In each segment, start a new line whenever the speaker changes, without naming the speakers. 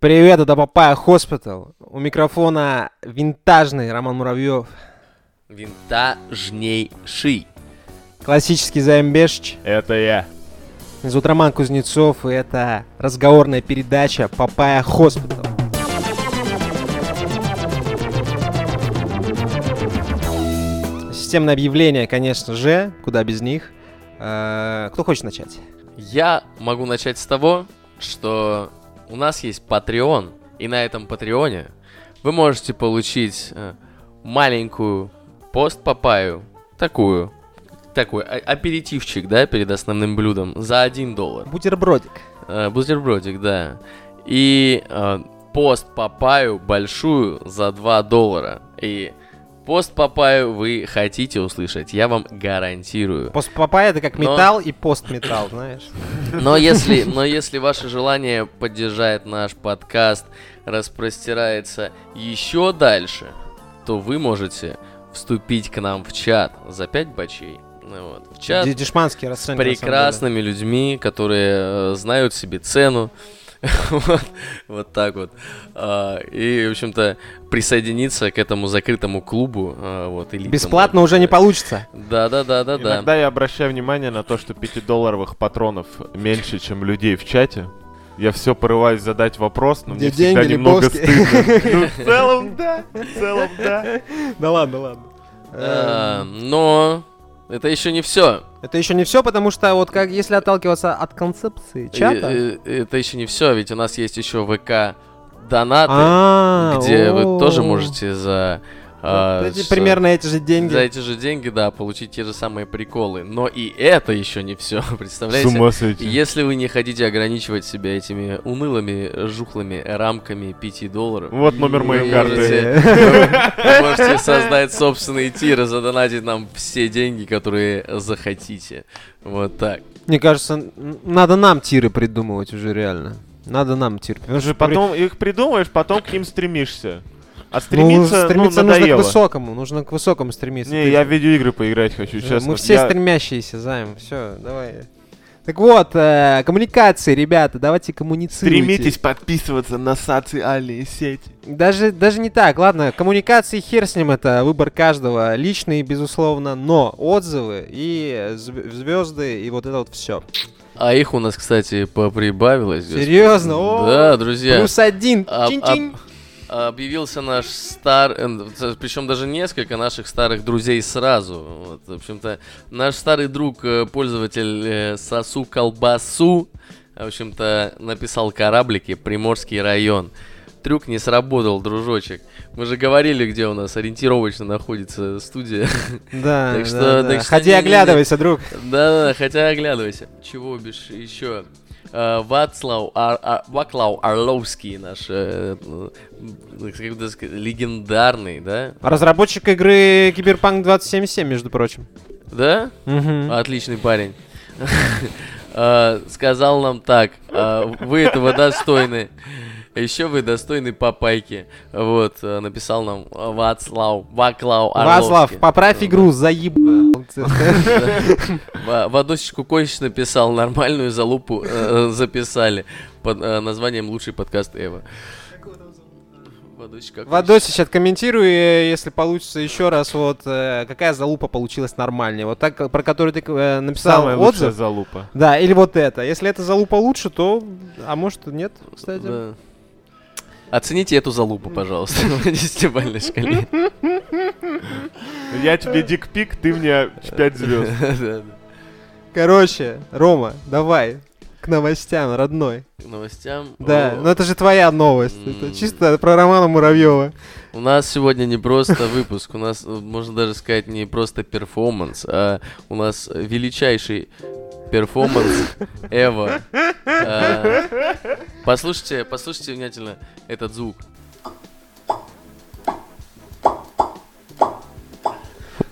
Привет, это Папая Хоспитал. У микрофона винтажный Роман Муравьев.
Винтажнейший.
Классический заимбешч.
Это я.
Меня зовут Роман Кузнецов, и это разговорная передача Папая Хоспитал. Системное объявление, конечно же, куда без них. Э, Кто хочет начать?
Я могу начать с того, что у нас есть Patreon, и на этом Патреоне вы можете получить э, маленькую пост папаю, такую, такой а- аперитивчик, да, перед основным блюдом, за 1 доллар.
Бутербродик.
Э, Бутербродик, да. И э, пост Папаю большую за 2 доллара. И пост Папаю вы хотите услышать, я вам гарантирую.
Пост Папая это как
Но-
металл и постметалл, знаешь.
Но если, но если ваше желание поддержать наш подкаст распростирается еще дальше, то вы можете вступить к нам в чат за 5 бачей. Ну вот, в чат
Д- Дешманские
с
расценки. на самом деле.
прекрасными людьми, которые э, знают себе цену. Вот, вот так вот. А, И, в общем-то, присоединиться к этому закрытому клубу. а, Вот, элитному.
Бесплатно уже не получится.
Да, да, да, да, да.
Иногда я обращаю внимание на то, что 5-долларовых патронов меньше, чем людей в чате. Я все порываюсь задать вопрос, но мне
Где деньги,
всегда немного
Лебовский?
стыдно. Ну, в целом, да, в целом, да.
Да ладно, ладно. Эм,
А, Но это еще не все.
Это еще не все, потому что вот как если отталкиваться от концепции чата.
Это еще не все, ведь у нас есть еще ВК донаты,
А,
где вы
о.
тоже можете за а,
Вот эти
с-
Примерно эти же
За
деньги.
эти же деньги, да, получить те же самые приколы. Но и это еще не все,
С
представляете?
ума сойти.
Если вы не хотите ограничивать себя этими унылыми, э, жухлыми рамками 5 долларов,
Вот номер моей
Вы
карты.
можете- вы можете создать собственные тиры, задонатить нам все деньги, которые захотите. Вот так.
Мне кажется, н- надо нам тиры придумывать уже реально. Надо нам тир. Потому что
Потом их придумаешь, потом к ним стремишься. А
при- ну,
стремиться, ну,
стремиться нужно к
надоело.
высокому, нужно к высокому стремиться.
Не,
Ты-
я в видеоигры поиграть хочу, честно.
Мы все
Я-
стремящиеся, займ. Все, давай. Так вот, э, коммуникации, ребята, давайте коммуницируйте.
Стремитесь подписываться на социальные сети.
Даже, даже не так, ладно, коммуникации хер с ним, это выбор каждого, личные, безусловно, но отзывы и звезды, и вот это вот все.
А их у нас, кстати, поприбавилось. господи.
Серьезно? О,
Да, друзья.
Плюс один.
А- а-
Чин-чин.
Объявился наш стар, причем даже несколько наших старых друзей сразу. Вот, в общем-то, наш старый друг, э, пользователь э, Сосу Колбасу, э, в общем-то, написал кораблики Приморский район. Трюк не сработал, дружочек. Мы же говорили, где у нас ориентировочно находится студия.
Да,
Так
да,
что-
да.
так что
Ходи,
не- не- не.
оглядывайся, друг.
Да-да, хотя оглядывайся. Чего бишь еще? Э, Вацлав, Ар- Ар- Ваклау Орловский наш, э, э, как бы сказать, легендарный, да?
Разработчик игры Киберпанк 2077, между прочим.
Да?
Мгм.
Отличный парень. Э, Сказал нам так, э, вы этого достойны. Еще вы достойны папайки. Вот, э, написал нам Вацлав, Ваклау А, Орловский.
Вацлав, поправь игру, заеб...
Ва- Вадосичку Косич написал нормальную залупу, э, записали под э, названием «Лучший подкаст Эва». Вадосич Кокосич.
Вадосич, откомментируй, э, если получится еще раз, вот э, какая залупа получилась нормальнее. Вот так, э, про которую ты э, написал
Самая лучшая
отзыв.
залупа.
Да, или вот это. Если это залупа лучше, то... А может, и нет, кстати.
Да. Оцените эту залупу, пожалуйста, на десятибалльной шкале.
Я тебе дикпик, ты мне 5 звезд.
Да-да.
Короче, Рома, давай к новостям, родной.
К новостям.
Да, ну,
О,
но это же твоя новость.
М.
Это чисто про Романа Муравьева.
У нас сегодня не просто выпуск, у нас, э, можно даже сказать, не просто перформанс, а у нас величайший перформанс Эва. А, Послушайте, послушайте внимательно этот звук.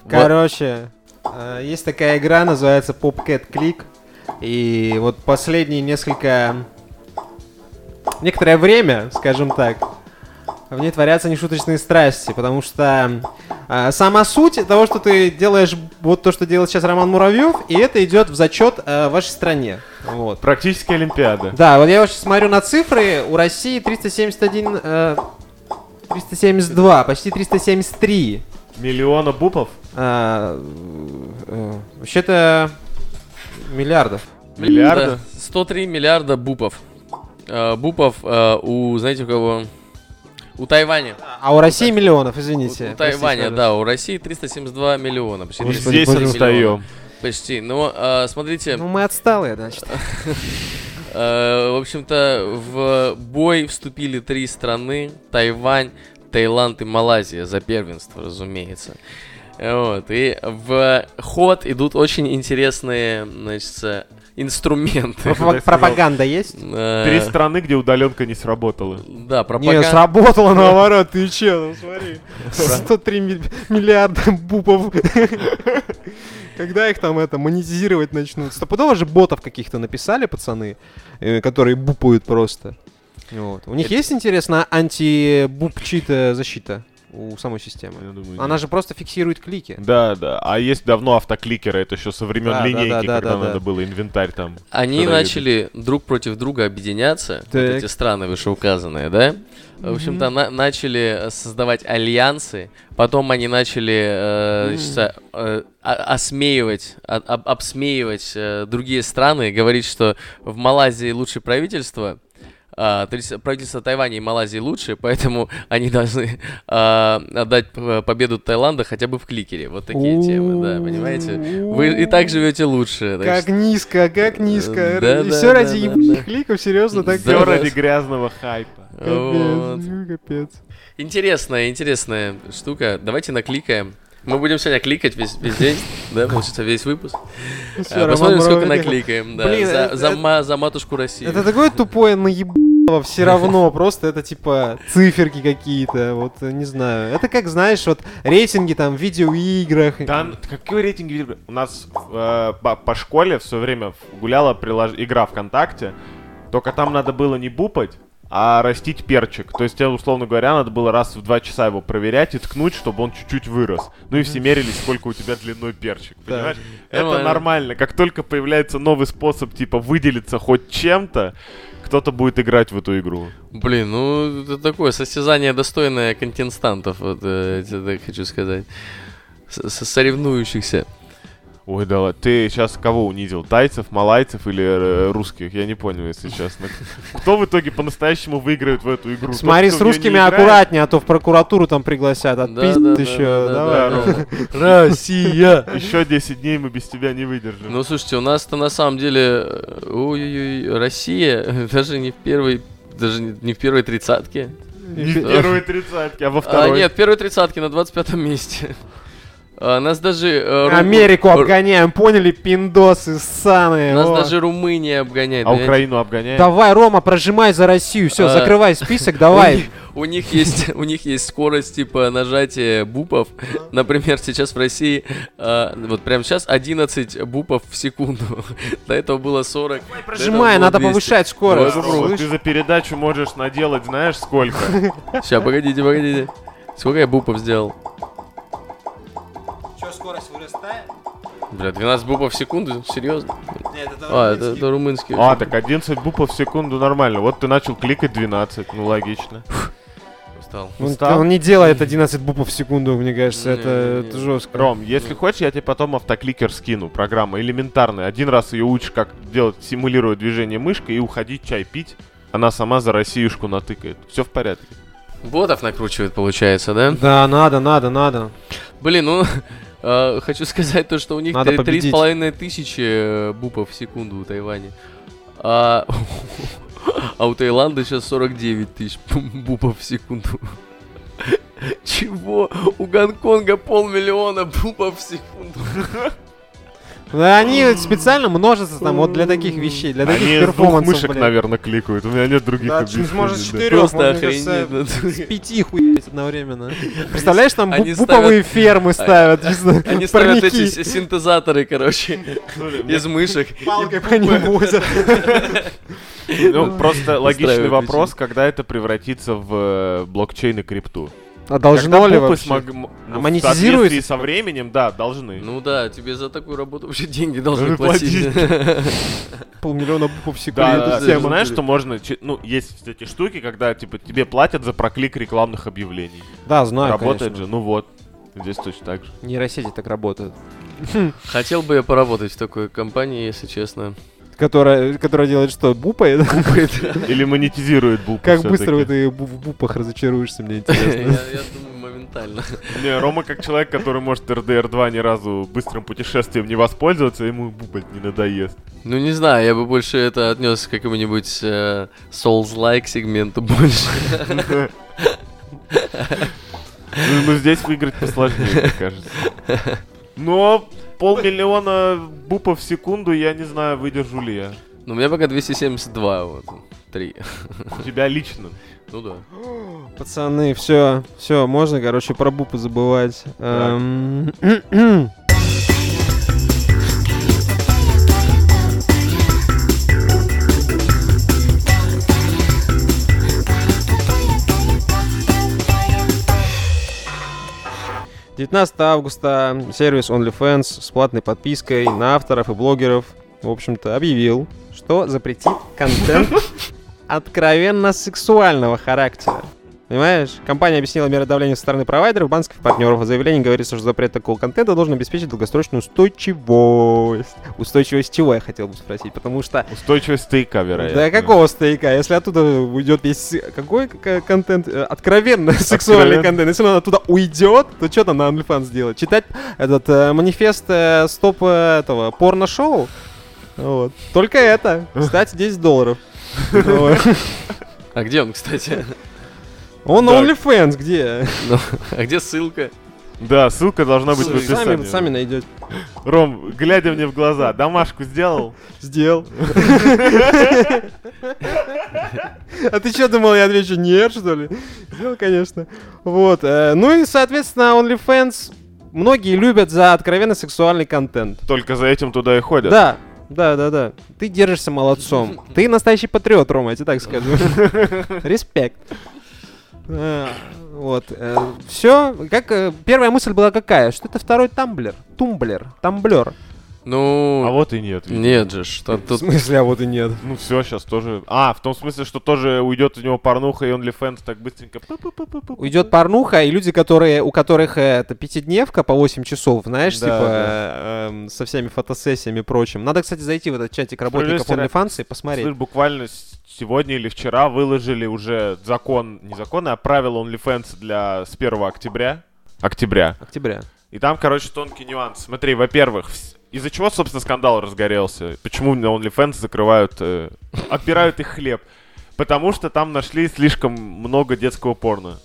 Короче, э, есть такая игра, называется PopCat Click. И вот последние несколько... Некоторое время, скажем так, в ней творятся нешуточные страсти, потому что А, сама суть того, что ты делаешь, вот то, что делает сейчас Роман Муравьев, и это идет в зачет э, вашей стране. Вот.
Практически Олимпиада.
Да, вот я вот сейчас смотрю на цифры. У России 371... э, 372, почти 373.
Миллиона бупов?
А, э, вообще-то миллиардов.
Миллиарда?
Да, 103 миллиарда бупов. Э, Бупов э, у, знаете, у кого? У Тайваня.
А у России миллионов,
У,
извините.
у Ну, Тайваня,
Простите,
да, у России 372 миллиона. Почти
Вот
300
Господи,
Здесь
боже мой.
отстаем.
Почти. Но э, смотрите,
пожалуйста. Ну мы отсталые, значит.
Э, В общем-то, в бой вступили три страны. Тайвань, Таиланд и Малайзия за первенство, разумеется. Э, Вот. И в ход идут очень интересные, значит, э, инструменты.
Пропа-
Пропа- Пропаганда есть?
Э,
Три страны, где удаленка не сработала.
Да,
Не,
пропаганда.
сработало наоборот, ты че, ну смотри. 103 ми- миллиарда бупов. Когда их там это монетизировать начнут? Стопудово же ботов каких-то написали, пацаны, э, которые бупают просто. Вот. У них
Это-
есть, интересно, антибупчита защита у самой системы?
Я думаю,
Она
нет.
же просто фиксирует клики.
Да, да. А есть давно автокликеры, это еще со времен
Да, да,
линейки,
да, да,
когда
да, да.
надо было инвентарь там.
Они
Куда
начали друг против друга объединяться, вот
Так.
эти страны вышеуказанные, да? В общем-то, на- начали э, создавать альянсы, потом они начали э, щас, э, а- осмеивать, а- об- обсмеивать э, другие страны, говорить, что в Малайзии лучше правительство, а, то есть правительство Тайваня и Малайзии лучше, поэтому они должны а, отдать п- победу Таиланда хотя бы в кликере. Вот такие темы, да, понимаете? Вы и так живете лучше. так
Как низко, как низко.
Да,
и
да,
все
да,
ради
да,
ебаных
да.
кликов, серьезно, так
Да,
Все
делают?
ради грязного хайпа.
Вот.
Капец, ну, капец.
Интересная, интересная штука. Давайте накликаем. Мы будем сегодня кликать весь, весь день, да, получится весь выпуск.
Ну, всё,
А,
Роман
Посмотрим, сколько
Муравьев.
накликаем, да,
Блин,
за,
это-
за
это-
ма- за матушку России.
Это такое тупое наебало все равно, просто это типа циферки какие-то, вот э, не знаю. Это как, знаешь, вот рейтинги там в видеоиграх.
Там какой рейтинг игр? У нас э, по, по школе все время гуляла прилож... игра ВКонтакте, только там надо было не бупать, а растить перчик. То есть тебе, условно говоря, надо было раз в два часа его проверять и ткнуть, чтобы он чуть-чуть вырос. Ну и все мерились, сколько у тебя длиной перчик.
Да.
Понимаешь? Это
Нормально.
нормально. Как только появляется новый способ, типа, выделиться хоть чем-то, кто-то будет играть в эту игру.
Блин, ну это такое состязание достойное континстантов, вот э, я так хочу сказать. С- со- соревнующихся.
Ой, да ладно. Ты сейчас кого унизил? Тайцев, малайцев или э, русских? Я не понял, если честно. Кто в итоге по-настоящему выиграет в эту
ну,
игру? Тот,
Смотри,
кто
с
в неё не
русскими
играет?
аккуратнее, а то в прокуратуру там пригласят,
Да,
отпиздят
да, да,
еще.
да, да,
давай.
да, да.
Россия!
Еще 10 дней мы без тебя не выдержим.
Ну, слушайте, у нас-то на самом деле, э, ой-ой-ой, Россия даже не в первой, даже не не в первой тридцатке.
не в первой тридцатке, а во
А,
второй.
нет, первые тридцатки на 25 месте. А, нас даже... э, Ру-
Америку
Ру-
обгоняем, поняли, пиндосы, ссаные.
Нас
о.
даже Румыния обгоняет.
А
понимаете?
Украину обгоняет.
Давай, Рома, прожимай за Россию, все,
А.
закрывай список,
У
давай.
них, у них есть, у них есть скорость типа нажатия бупов. Например, сейчас в России, э, вот прямо сейчас 11 бупов в секунду. До этого было 40. до этого
Прожимай,
было
надо
200.
повышать
Ой,
скорость.
Да,
Ру,
слышь?
Э, ты за передачу можешь наделать, знаешь, сколько?
Сейчас, погодите, погодите. Сколько я бупов сделал?
Че, скорость вырастает?
Бля, 12 бупов в секунду? Серьезно?
Нет, это
А, это, это румынский.
А, так 11 бупов в секунду нормально. Вот ты начал кликать 12, ну логично.
Устал.
Он,
Устал?
он не делает 11 бупов в секунду, мне кажется,
Не,
это,
не, не.
это жестко.
Ром, если хочешь, я тебе потом автокликер скину. Программа элементарная. Один раз ее учишь, как делать, симулируя движение мышкой и уходить чай пить. Она сама за Россиюшку натыкает. Все в порядке.
Ботов накручивает, получается, да?
Да, надо, надо, надо.
Блин, ну э, хочу сказать то, что у них
Надо
три- три с
победить.
половиной тысячи э, бупов в секунду у Тайваня. А, а у Таиланда сейчас 49 тысяч бупов в секунду. Чего? У Гонконга полмиллиона бупов в секунду.
Да они специально множатся там вот для таких вещей, для таких
Они с двух
перформансов,
мышек,
блин.
наверное, кликают. У меня нет других
Да, ты не
объяснений,
сможешь
да.
четыре. Вперёд,
Просто
мне кажется,
охренеть.
С пяти хуять одновременно. Представляешь, там бу-
они
буповые фермы ставят. не знаю,
Они ставят
парники.
эти с- синтезаторы, короче, из мышек.
палкой по ним возят.
Ну, просто логичный
Устраивает
вопрос, когда это превратится в э, блокчейн и крипту.
А должно
Когда
ли
бупы
вообще?
смог- м- ну, в
монетизируется?
соответствии со временем, да, должны.
Ну да, тебе за такую работу вообще деньги должны
Вы
платить.
Полмиллиона букв в секунду.
Да,
это
да, да.
всем
Ты знаешь,
интересно.
что можно... чи- Ну, есть эти штуки, когда, типа, тебе платят за проклик рекламных объявлений.
Да, знаю,
Работает
конечно.
же, ну вот. Здесь точно так же.
Нейросети так работают.
Хотел бы я поработать в такой компании, если честно.
Которая, которая делает что? Бупает?
Или монетизирует бупы
Как быстро
всё-таки.
ты в бупах разочаруешься, мне
Я
интересно.
я думаю, моментально.
Не, Рома как человек, который может RDR 2 ни разу быстрым путешествием не воспользоваться, ему бупать не надоест.
Ну не знаю, я бы больше это отнес к какому-нибудь э, Souls-like сегменту больше.
Ну, ну, здесь выиграть посложнее, мне кажется. Но полмиллиона бупов в секунду, я не знаю, выдержу ли я.
Ну, у меня пока 272, вот. Три.
У тебя лично.
Ну да.
Пацаны, все, все, можно, короче, про бупы забывать.
Так.
Эм, Девятнадцатого августа сервис OnlyFans с платной подпиской на авторов и блогеров, в общем-то, объявил, что запретит контент откровенно сексуального характера. Понимаешь? Компания объяснила меры давления со стороны провайдеров, банков и партнеров. В заявлении говорится, что запрет такого контента должен обеспечить долгосрочную устойчивость. Устойчивость чего, я хотел бы спросить, потому что...
Устойчивость стейка, вероятно.
Да какого стояка? Если оттуда уйдет весь... се- Какой к- контент? Э, Откровенно сексуальный контент. Если он оттуда уйдет, то что там на OnlyFans делать? Читать этот э, манифест э, стоп э, этого порно-шоу? Вот. Только это. Кстати, 10 долларов. Вот.
А где он, кстати?
Он на
Да.
OnlyFans, где?
Ну, а где ссылка?
Да, ссылка должна быть в
Ссылка.
описании.
Сами, сами найдете.
Ром, глядя мне в глаза, домашку сделал?
Сделал. А ты что думал, я отвечу нет, что ли? Сделал, конечно. Вот. э, Ну и, соответственно, OnlyFans многие любят за откровенно сексуальный контент.
Только за этим туда и ходят.
Да, да, да, да. Ты держишься молодцом. Ты настоящий патриот, Рома, я тебе так скажу. Респект. Э, Вот. Все. Как э, первая мысль была какая? Что это второй тамблер? Тумблер. Тамблер.
Ну...
А вот и нет. видимо.
Нет же, что тут...
смысле, а вот и нет.
Ну все, сейчас тоже... А, в том смысле, что тоже уйдет у него порнуха и OnlyFans так быстренько... пу-пу-пу-пу-пу.
Уйдет порнуха, и люди, которые, у которых э, это пятидневка по 8 часов, знаешь,
Да,
типа
да.
э, эм, со всеми фотосессиями и прочим. Надо, кстати, зайти в этот чатик работников
Справедливости
OnlyFans и посмотреть.
Слышь, буквально с- сегодня или вчера выложили уже закон, не закон, а правила OnlyFans для с 1 октября. Октября.
Октября.
И там, короче, тонкий нюанс. Смотри, во-первых, вс- из-за чего, собственно, скандал разгорелся? Почему на OnlyFans закрывают, э, отбирают их хлеб? Потому что там нашли слишком много детского порно.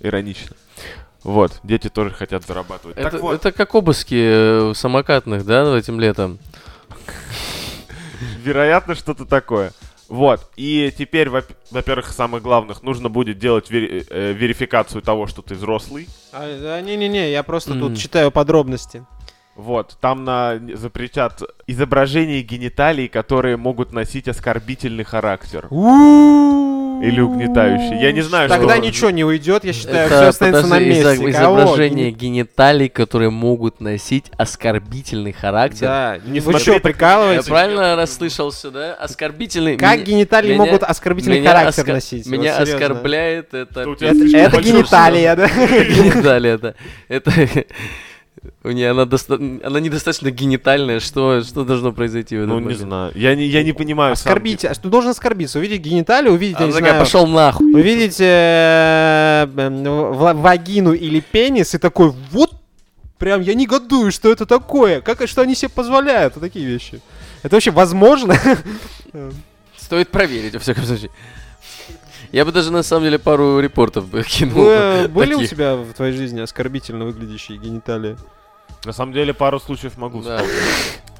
Иронично. Вот, дети тоже хотят зарабатывать.
Это,
так вот,
это как обыски э, самокатных, да, этим летом?
вероятно, что-то такое. Вот, и теперь, во- во-первых, самых главных, нужно будет делать вери- э, верификацию того, что ты взрослый.
А, Не-не-не, я просто
М.
тут читаю подробности.
Вот, там на... запретят изображения гениталий, которые могут носить оскорбительный характер.
Или
Или угнетающий. Я не знаю,
Тогда
что-
ничего не уйдет, я считаю,
Это,
все останется на
подожди, изо-
месте. Кого?
изображение гениталий, которые могут носить оскорбительный характер.
Да,
Не
вы
смотри,
что,
ты-
Я
прикалываетесь?
правильно расслышался, да? Оскорбительный.
Как
Меня-
гениталии
меня-
могут оскорбительный
меня
характер
оскор-
носить? Вот
Меня
серьезно.
оскорбляет это.
Что у тебя
Это,
слишком
это
большой
гениталия, да?
Гениталия, да. Это... У нее она, доста- она недостаточно генитальная. Что, что должно произойти в этом
Ну, не знаю. Я не, я
Ну,
не понимаю. сам,
Оскорбить, а что должен оскорбиться? Увидеть гениталию, увидеть, А, ну я
Она
не
такая,
знаю,
пошел нахуй.
Вы видите э, м, в- вагину или пенис и такой, вот прям я негодую, что это такое, как что они себе позволяют, вот такие вещи. Это вообще возможно?
Стоит проверить, во всяком случае. Я бы даже на самом деле пару репортов бы кинул.
Вы- Были у
таких.
тебя в твоей жизни оскорбительно выглядящие гениталии?
тип. На самом деле, пару случаев могу
Да.
вспомнить.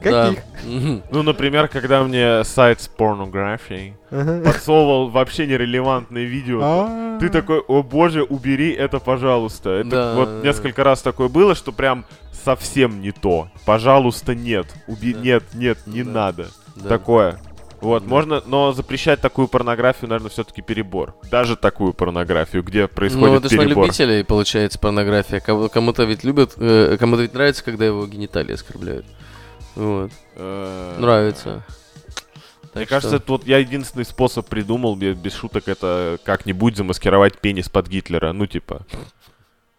Да.
Каких?
Мгм.
Ну, например, когда мне сайт с порнографией
Ага.
подсовывал вообще нерелевантные видео.
А.
Ты такой, о боже, убери это, пожалуйста. Это
Да,
вот
да, да.
несколько раз такое было, что прям совсем не то. Пожалуйста, нет. Уби...
Да.
Нет, нет, не
Да.
надо.
Да.
Такое. Вот, можно, но запрещать такую порнографию, наверное, все-таки перебор. Даже такую порнографию, где происходит
ну, это ж на
перебор.
любителей, получается, порнография. Кого- Кому-то ведь любят, э, кому-то ведь нравится, когда его гениталии оскорбляют. Вот.
Э,
Нравится.
Мне
Так
кажется,
что-
тут я единственный способ придумал, бе- без, шуток, это как-нибудь замаскировать пенис под Гитлера. Ну, типа.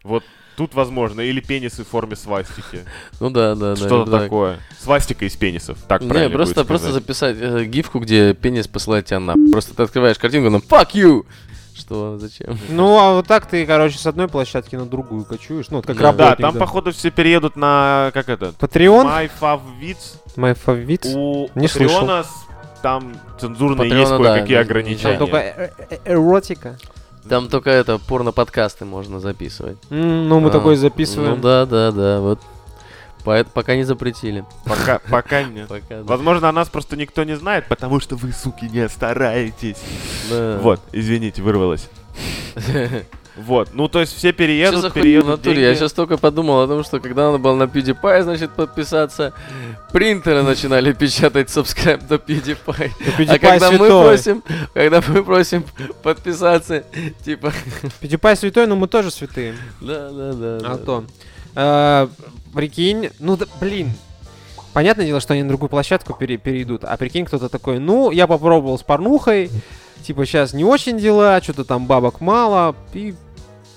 Вот тут возможно. Или пенисы в форме свастики.
Ну да, да, да.
Что-то
да.
такое. Свастика из пенисов. Так правильно
Не, просто,
будет
просто
сказать.
записать э, гифку, где пенис посылает тебя на. Просто ты открываешь картинку, на fuck you! Что, зачем?
Ну, а вот так ты, короче, с одной площадки на другую кочуешь. Ну, вот как
Да.
работник.
Да, там, походу, все переедут на... Как это?
Патреон?
My Favvids.
My Favits.
У
Не
Патреона с- там цензурные
Патреона,
есть
да,
кое-какие
Там
да, Там
только
ограничения.
э- э- эротика.
Там только это, порно-подкасты можно записывать.
М, Ну, мы
А,
такое записываем.
Ну да, да, да, вот. Поэт- пока не запретили.
Пока, пока нет.
Пока, да.
Возможно, о нас просто никто не знает, потому что вы, суки, не стараетесь.
Да.
Вот, извините, вырвалось. Вот, ну то есть все
Что
переедут,
за хуйня в
переедут
натуре? Я
деньги.
сейчас только подумал о том, что когда надо было на PewDiePie, значит, подписаться, принтеры начинали печатать subscribe до PewDiePie.
PewDiePie
А когда мы
святой.
просим, когда мы просим подписаться, типа,
PewDiePie святой, но мы тоже святые.
да, да, да.
А
да.
то. Э, Прикинь, ну да, блин. Понятное дело, что они на другую площадку пере- перейдут. А прикинь, кто-то такой, ну, я попробовал с порнухой, типа сейчас не очень дела, что-то там бабок мало, и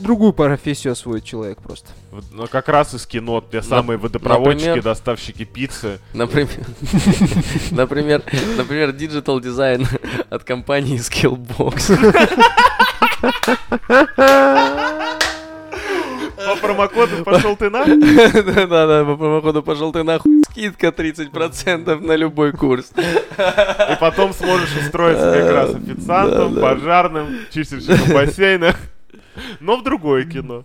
другую профессию освоит человек просто.
Вот, Ну как раз из кино, те самые водопроводчики,
например?
доставщики пиццы.
Например, например, например, digital дизайн от компании Skillbox.
По промокоду пошел ты на?
Да-да, по промоходу пошел ты нахуй. Скидка 30% на любой курс.
И потом сможешь устроиться как раз официантом, пожарным, чистильщиком бассейна. Но в другое кино.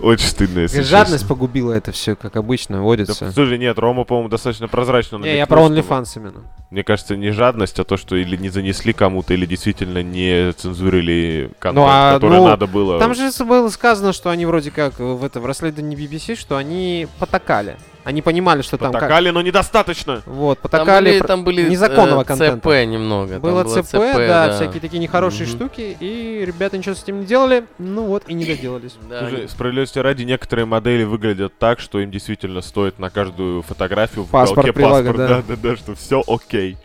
Очень стыдно, если
Жадность
честно.
погубила это все, как обычно,
Да,
водится.
слушай, нет, Рома, по-моему, достаточно прозрачно
Не, я
намекнул,
про
что-
OnlyFans именно.
Мне кажется, не жадность, а то, что или не занесли кому-то, или действительно не цензурили контент,
Ну, а,
который
ну,
надо было.
Там же с- было сказано, что они вроде как э, в, это, в расследовании BBC, что они потакали. Они понимали, что там как...
Потакали, но недостаточно.
Вот,
Там
потакали.
были,
про-
там были
незаконного
э,
контента.
ЦП немного. там
Было
было
ЦП, да,
да.
всякие такие нехорошие
Мгм.
штуки, и ребята ничего с этим не делали, ну вот, и не доделались.
Да,
Слушай, справедливости ради, некоторые модели выглядят так, что им действительно стоит на каждую фотографию в
Паспорт
уголке
прилагать,
паспорт, да. да, да, что все окей.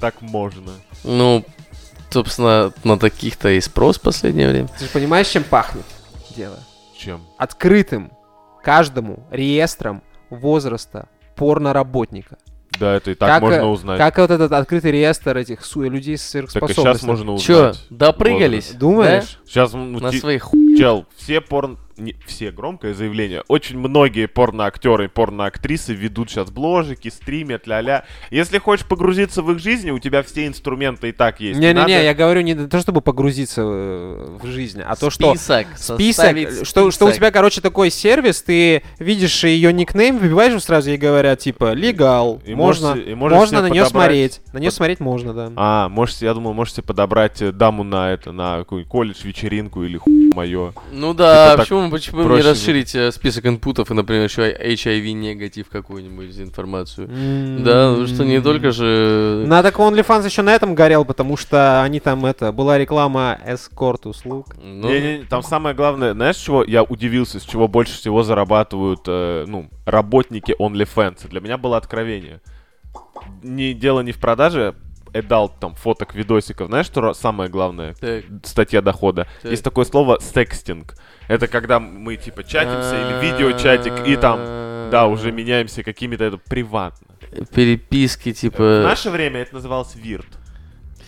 Так можно.
Ну, собственно, на таких-то и спрос в последнее время.
Ты же понимаешь, чем пахнет дело?
Чем?
Открытым каждому реестром возраста порноработника.
Да, это и так
Как, э,
можно узнать.
Как вот этот открытый реестр этих су- людей с
так и сейчас
сверхспособностями.
можно
Чё,
узнать.
допрыгались?
Думаешь?
Сейчас
да? На своих
Чел, все порн... не- все, громкое заявление. Очень многие порноактеры и порноактрисы ведут сейчас бложики, стримят, ля-ля. Если хочешь погрузиться в их жизнь, у тебя все инструменты и так есть.
Не-не-не,
Надо-
я говорю не то, чтобы погрузиться э, в жизнь, а то, что
список.
список, э,
составить
что, что у
список.
тебя, короче, такой сервис, ты видишь ее никнейм, выбиваешь сразу и говорят, типа, легал,
И
можно,
можете- и можешь
можно на
себе
нее
подобрать-
смотреть. На нее
под-
смотреть можно, да.
А, можете, я думал, можете подобрать э, даму на это, на какую-нибудь колледж-вечеринку или хуй мое.
Ну да,
Типа так
почему, почему бы не
проще
расширить э, список инпутов и, например, еще HIV негатив какую-нибудь информацию?
М-м-м.
М.
Да, потому что не только же...
На так OnlyFans еще на этом горел, потому что они там, это, была реклама эскорт-услуг.
Ну,
Не-не-не, там самое главное, знаешь, чего я удивился, с чего больше всего зарабатывают, э, ну, работники OnlyFans. Для меня было откровение. Не, дело не в продаже adult там фоток, видосиков. Знаешь, что ра- самое главное?
так.
статья дохода.
Так.
Есть такое слово секстинг. Это когда мы типа чатимся или видеочатик и там, да, уже меняемся какими-то это приватно.
А, Переписки
В
типа...
наше время это называлось вирт.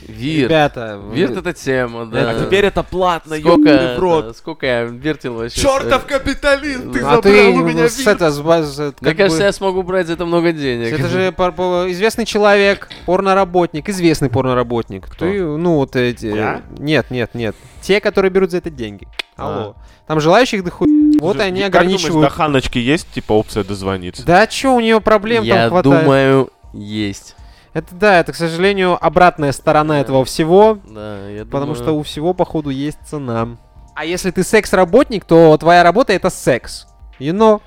Вирт.
Ребята, вы-
Вирт это тема, да.
А теперь это платно, ёбаный
Э. Сколько,
в рот.
да, сколько я вертел вообще.
Чертов капитализм, ты
а
забрал
ты
у меня
с
вирт.
это, с ба- с- как
Мне кажется,
бы-
я смогу брать за это много денег.
Это же пор- пор- известный человек, порноработник, известный порноработник.
Кто?
Ты, ну, вот эти...
Я?
Нет, нет, нет. Те, которые берут за это деньги. Алло.
А.
Там желающих дохуя. Вот
Слушай,
они
как думаешь,
ограничивают.
до Ханочки есть, типа, опция дозвониться?
Да чё, у нее проблем
Я
там хватает.
думаю, есть.
Это да, это, к сожалению, обратная сторона этого всего.
Да, я
Потому
думаю-
что у всего, походу, есть цена. А если ты секс-работник, то твоя работа это секс. You know.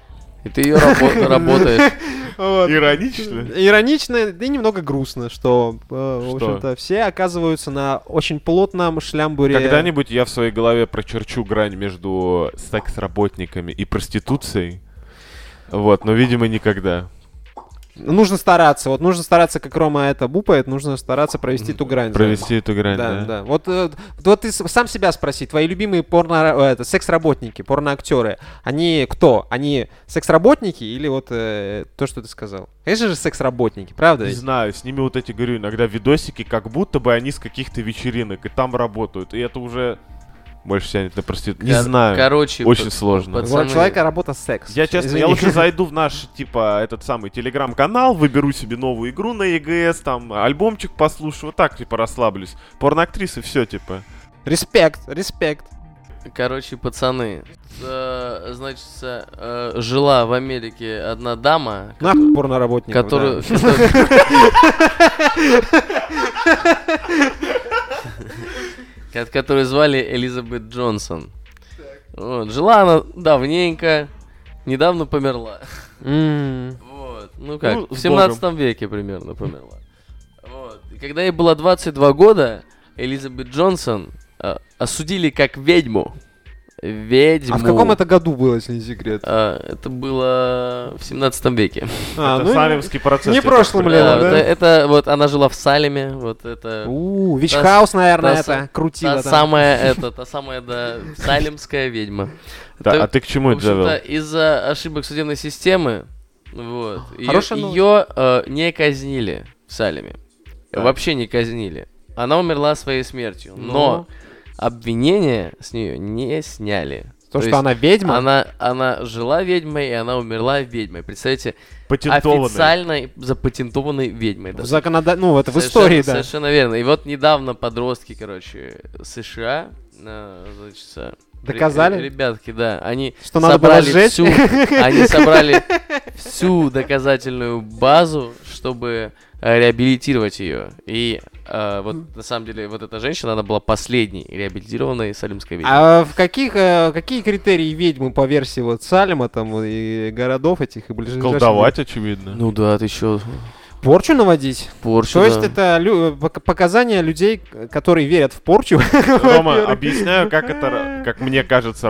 И ты ее рабо- работаешь.
Вот.
Иронично.
Иронично, да и немного грустно, что, э, в
Что?
общем-то, все оказываются на очень плотном шлямбуре.
Когда-нибудь я в своей голове прочерчу грань между секс-работниками и проституцией. Вот, но, видимо, никогда.
Нужно стараться, вот нужно стараться, как Рома это бупает, нужно стараться провести ту грань.
Провести эту грань,
Да, да,
да.
Вот, э, вот ты с- сам себя спроси, твои любимые порно, э, это, секс-работники, порноактеры, они кто? Они секс-работники или вот э, то, что ты сказал? Конечно же секс-работники, правда?
Не
ведь?
знаю, с ними вот эти, говорю, иногда видосики, как будто бы они с каких-то вечеринок, и там работают. И это уже больше тянет на проститутку. Не
Кор-
знаю.
Короче,
Очень
п-
сложно.
Вот
пацаны-
человека работа секс.
Я, честно, я
Извини.
лучше зайду в наш, типа, этот самый телеграм-канал, выберу себе новую игру на EGS, там, альбомчик послушаю, вот так, типа, расслаблюсь. Порноактрисы, все, типа.
Респект, респект.
Короче, пацаны, э, значит, э, жила в Америке одна дама,
На порноработников,
которую...
да.
Кот- Которую звали Элизабет Джонсон. Вот, жила она давненько, недавно померла.
М.
Вот, ну как,
Ну,
в
с
17 веке примерно померла. Вот. И когда ей было 22 года, Элизабет Джонсон э, осудили как ведьму. Ведьму.
А в каком это году было, если не секрет?
Э, это было в 17 веке.
А,
это
ну,
салемский процесс.
не
я так
прошлым
понимаю.
летом,
Да, вот
да?
э- это вот она жила в Салеме, вот это
У, Вичхаус, наверное,
Э, та
это
са-
крутила.
та
там.
самая, это, та самая, да, салемская ведьма.
Да,
Это,
а ты к чему
В
это завел?
общем-то, из-за ошибок судебной системы, вот,
Хорошая новость.
ее не казнили в Салеме.
Да.
Вообще не казнили. Она умерла своей смертью,
Ну.
но обвинение с нее не сняли.
То,
есть
что она ведьма?
Она, она жила ведьмой, и она умерла ведьмой. Представляете,
Патентованный.
официально запатентованной ведьмой.
В
да.
законода- Ну, это в
Совершенно-
истории, да.
Совершенно верно. И вот недавно подростки, короче, США, э, значит, э,
Доказали?
ре- Ребятки, да, они
Что надо было
собрали
сжечь?
всю, они собрали всю доказательную базу, чтобы э, реабилитировать ее. И э, вот на самом деле вот эта женщина, она была последней реабилитированной салимской ведьмой.
А в каких, э, какие критерии ведьмы по версии вот Салема там и городов этих и ближайших?
Колдовать, очевидно.
Ну да, ты еще
Порчу наводить?
порчу.
То
да.
есть это лю- э, пок- показания людей, к- которые верят в порчу.
Рома,
Во-первых.
объясняю, как это, ра- как мне кажется,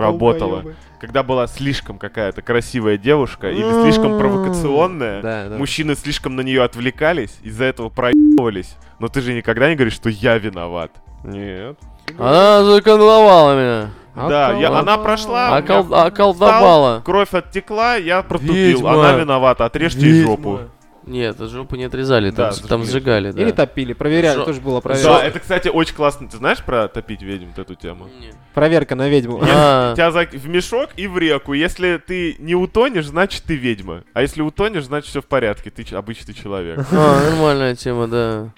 работало.
Долбоёбы.
Когда была слишком какая-то красивая девушка или слишком
М,
провокационная,
Да, да.
мужчины слишком на нее отвлекались, из-за этого проебывались. Но ты же никогда не говоришь, что я виноват. Нет.
Она заколдовала меня.
Да, я- она
А,
прошла. у меня
Окол-
встал,
Околдовала.
Кровь оттекла, я протупил.
Ведьма.
Она виновата, отрежьте ей жопу.
Нет, жопу не отрезали, там,
Да,
с- там
сжигали.
сжигали, да.
Или топили, проверяли,
Жо-
тоже было
Да,
проверка.
это, кстати, очень классно. Ты знаешь про топить ведьм вот эту тему?
Нет.
Проверка на ведьму.
Я- А.
Тебя зак- в мешок и в реку. Если ты не утонешь, значит ты ведьма. А если утонешь, значит все в порядке. Ты ч- обычный человек.
А, нормальная тема, да.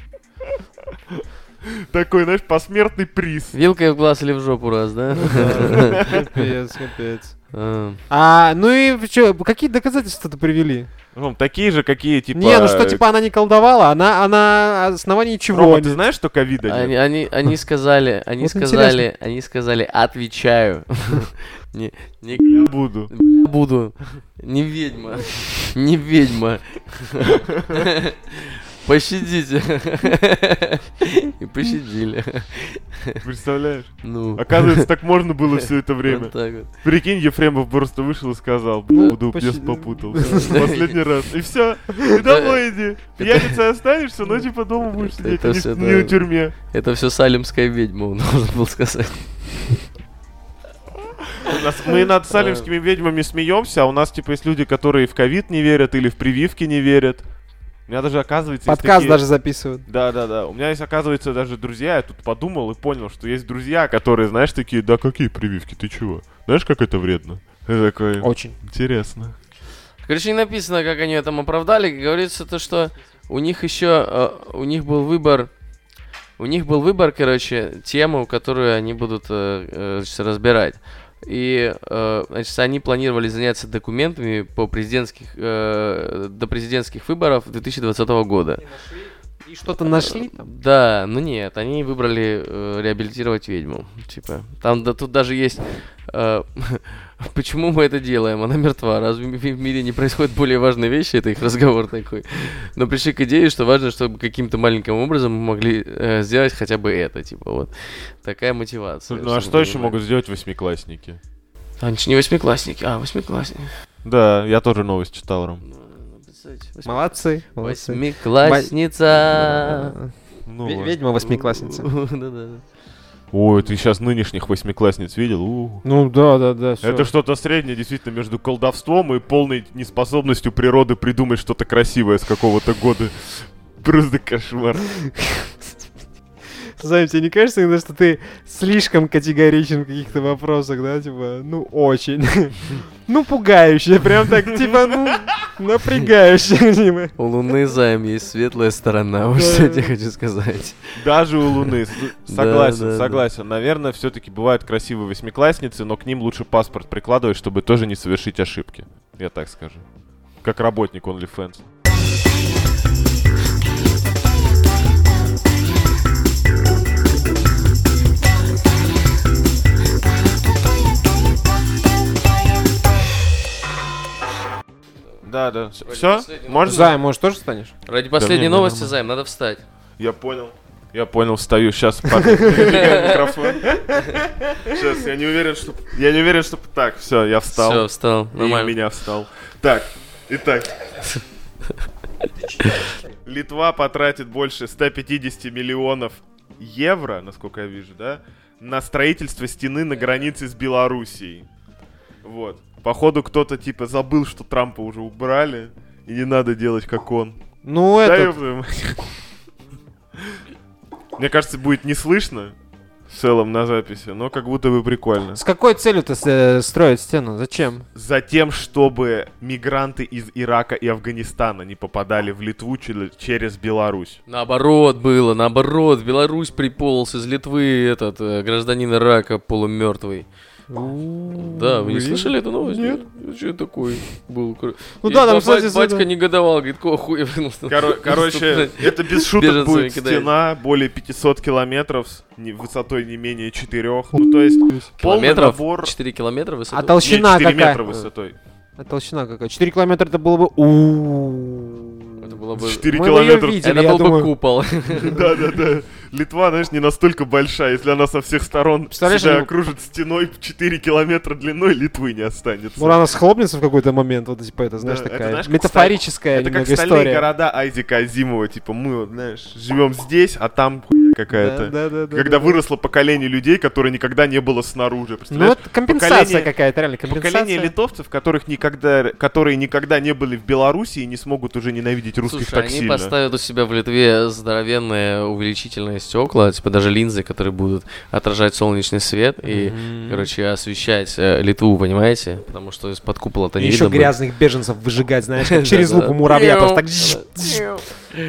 Такой, знаешь, посмертный приз.
Вилкой в глаз или в жопу раз, да?
Да, Капец, капец.
А,
А, ну и чё, какие доказательства-то привели?
Ром, Ну, такие же, какие типа.
Не, ну что, типа она не колдовала, она, она основании чего?
Рома, ты
они-
знаешь, что ковида нет?
Они, они, они сказали, они
Вот
сказали, они сказали, отвечаю. Не, не
Я буду.
бля, буду. Не ведьма. Не ведьма. Пощадите. И пощадили.
Представляешь?
Ну.
Оказывается, так можно было все это время.
вот так вот.
Прикинь, Ефремов просто вышел и сказал, буду,
почти-
без попутался. Последний раз. И все. И домой иди. Пьяница останешься, но типа дома будешь
Это-
сидеть,
это
а не
всё,
в- не
да.
в тюрьме.
Это все салимская ведьма, он должен был сказать.
У нас- Мы над салимскими ведьмами смеемся, а у нас, типа, есть люди, которые в ковид не верят или в прививки не верят. У меня даже, оказывается, есть
Подкаст
такие-
даже записывают.
Да, да, да. У меня есть, оказывается, даже друзья. Я тут подумал и понял, что есть друзья, которые, знаешь, такие, да какие прививки, ты чего? Знаешь, как это вредно? Я такой,
Очень.
интересно.
Короче, не написано, как они там оправдали. Говорится то, что у них еще, э, у них был выбор, у них был выбор, короче, тему, которую они будут э, э, значит, разбирать. И, э, значит, они планировали заняться документами по президентских, э, до президентских выборов 2020 года.
И что-то нашли там?
Да, ну нет, они выбрали э, реабилитировать ведьму. Типа, там да, тут даже есть э, э, Почему мы это делаем? Она мертва. Разве в в мире не происходят более важные вещи? Это их разговор такой. Но пришли к идее, что важно, чтобы каким-то маленьким образом мы могли э, сделать хотя бы это. Типа вот такая мотивация.
Ну а что еще могут сделать восьмиклассники?
А, они же не восьмиклассники, а восьмиклассники.
Да, я тоже новость читал, Ром.
Ну, ну, представьте, восьми-
Молодцы. молодцы.
Восьмиклассница.
Ну,
Ве-
ладно.
Ведьма восьмиклассница.
Да-да-да.
Ой, ты сейчас нынешних восьмиклассниц видел? У.
Ну да, да, да. всё.
Это что-то среднее, действительно, между колдовством и полной неспособностью природы придумать что-то красивое с какого-то года. Просто кошмар.
Займ, тебе не кажется иногда, что ты слишком категоричен в каких-то вопросах, да, типа, ну очень. Ну пугающе, прям так, типа, ну напрягающе. типа.
У Луны займ есть светлая сторона, вот
Да.
что я тебе хочу сказать.
Даже у Луны. С-
Да, да,
Согласен,
да.
согласен. Наверное, все-таки бывают красивые восьмиклассницы, но к ним лучше паспорт прикладывать, чтобы тоже не совершить ошибки. Я так скажу. Как работник OnlyFans. Да, да. Все?
последний
Можно?
Займ, может, тоже станешь?
Ради последней
не, не,
новости,
нормально.
займ, надо встать.
Я понял. Я понял, встаю. Сейчас микрофон. Сейчас, я не уверен, что... Я не уверен, что... Так, все, я встал.
Все, встал.
И
Нормально.
меня встал. Так, итак. Литва потратит больше 150 миллионов евро, насколько я вижу, да, на строительство стены на границе с Белоруссией. Вот. Походу, кто-то типа забыл, что Трампа уже убрали, и не надо делать, как он.
Ну,
Да,
это...
ёб твою мать. Мне кажется, будет не слышно в целом на записи, но как будто бы прикольно.
С какой целью ты э, строить стену? Зачем?
Затем, чтобы мигранты из Ирака и Афганистана не попадали в Литву чел- через Беларусь.
Наоборот было, наоборот. В Беларусь приполз из Литвы этот э, гражданин Ирака полумертвый. Да, вы не слышали эту новость?
Нет.
Что это такое? Был кр-
Ну
И
да, там,
ба-
кстати,
ба- батька
да.
негодовал, говорит, кого хуя вернулся?»
Коро- короче, это без шуток
беженцами
будет
кидает.
стена более 500 километров, с не- высотой не менее 4. Ну, то есть полный
Километров?
набор...
4 километра
А
высоты?
толщина
4
какая?
метра высотой.
А толщина какая? 4 километра это было бы... У.
Это было бы...
4
Э, Мы бы её
километра.
видели,
Это
я
был бы
думаю.
купол.
Да, да, да. Литва, знаешь, не настолько большая. Если она со всех сторон
Представляешь,
себя
они-
окружит стеной 4 километра длиной, Литвы не останется.
Ну, она схлопнется в какой-то момент, вот типа это, знаешь,
Да, это,
такая
знаешь, как
метафорическая
Это как
немного
стальные
история.
города Айзека Азимова, типа мы, вот, знаешь, живем здесь, а там хуйня какая-то.
Да, да, да, да.
Когда выросло поколение людей, которые никогда не было снаружи.
Ну,
Представляешь?
это компенсация
поколение-
какая-то, реально, компенсация.
Поколение литовцев, которых никогда, которые никогда не были в Беларуси и не смогут уже ненавидеть русских
Слушай,
так
они
сильно.
поставят у себя в Литве здоровенные увеличительные стекла, типа даже линзы, которые будут отражать солнечный свет и,
Мгм.
короче, освещать э, Литву, понимаете? Потому что из-под купола-то
И
не
еще
видно будет.
грязных беженцев выжигать, знаешь, как через
Да-да.
лупу муравья просто так...
Да-да.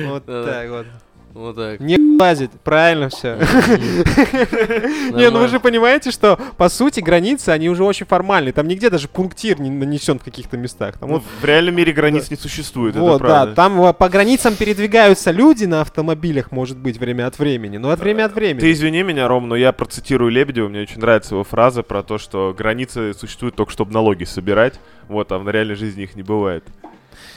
Вот
Да-да.
так вот.
Вот так.
Не лазить, правильно все. Не, ну вы
Нормально.
же понимаете, что по сути границы, они уже очень формальные. Там нигде даже пунктир не нанесен в каких-то местах. Там
Ну,
вот
в реальном мире границ не существует, это
вот, да,
правда.
там э, по границам передвигаются люди на автомобилях, может быть, время от времени. Но от время от
Ты
времени.
извини меня, Ром, но я процитирую Лебедева, мне очень нравится его фраза про то, что границы существуют только чтобы налоги собирать, вот, а в реальной жизни их не бывает.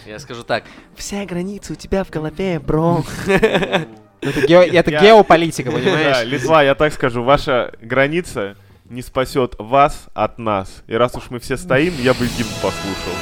Я скажу так. Вся граница у тебя в голове, бро.
Это гео- это
Я-
геополитика,
Да,
понимаешь?
Литва, я так скажу, ваша граница не спасет вас от нас. И раз уж мы все стоим, я бы гимн послушал.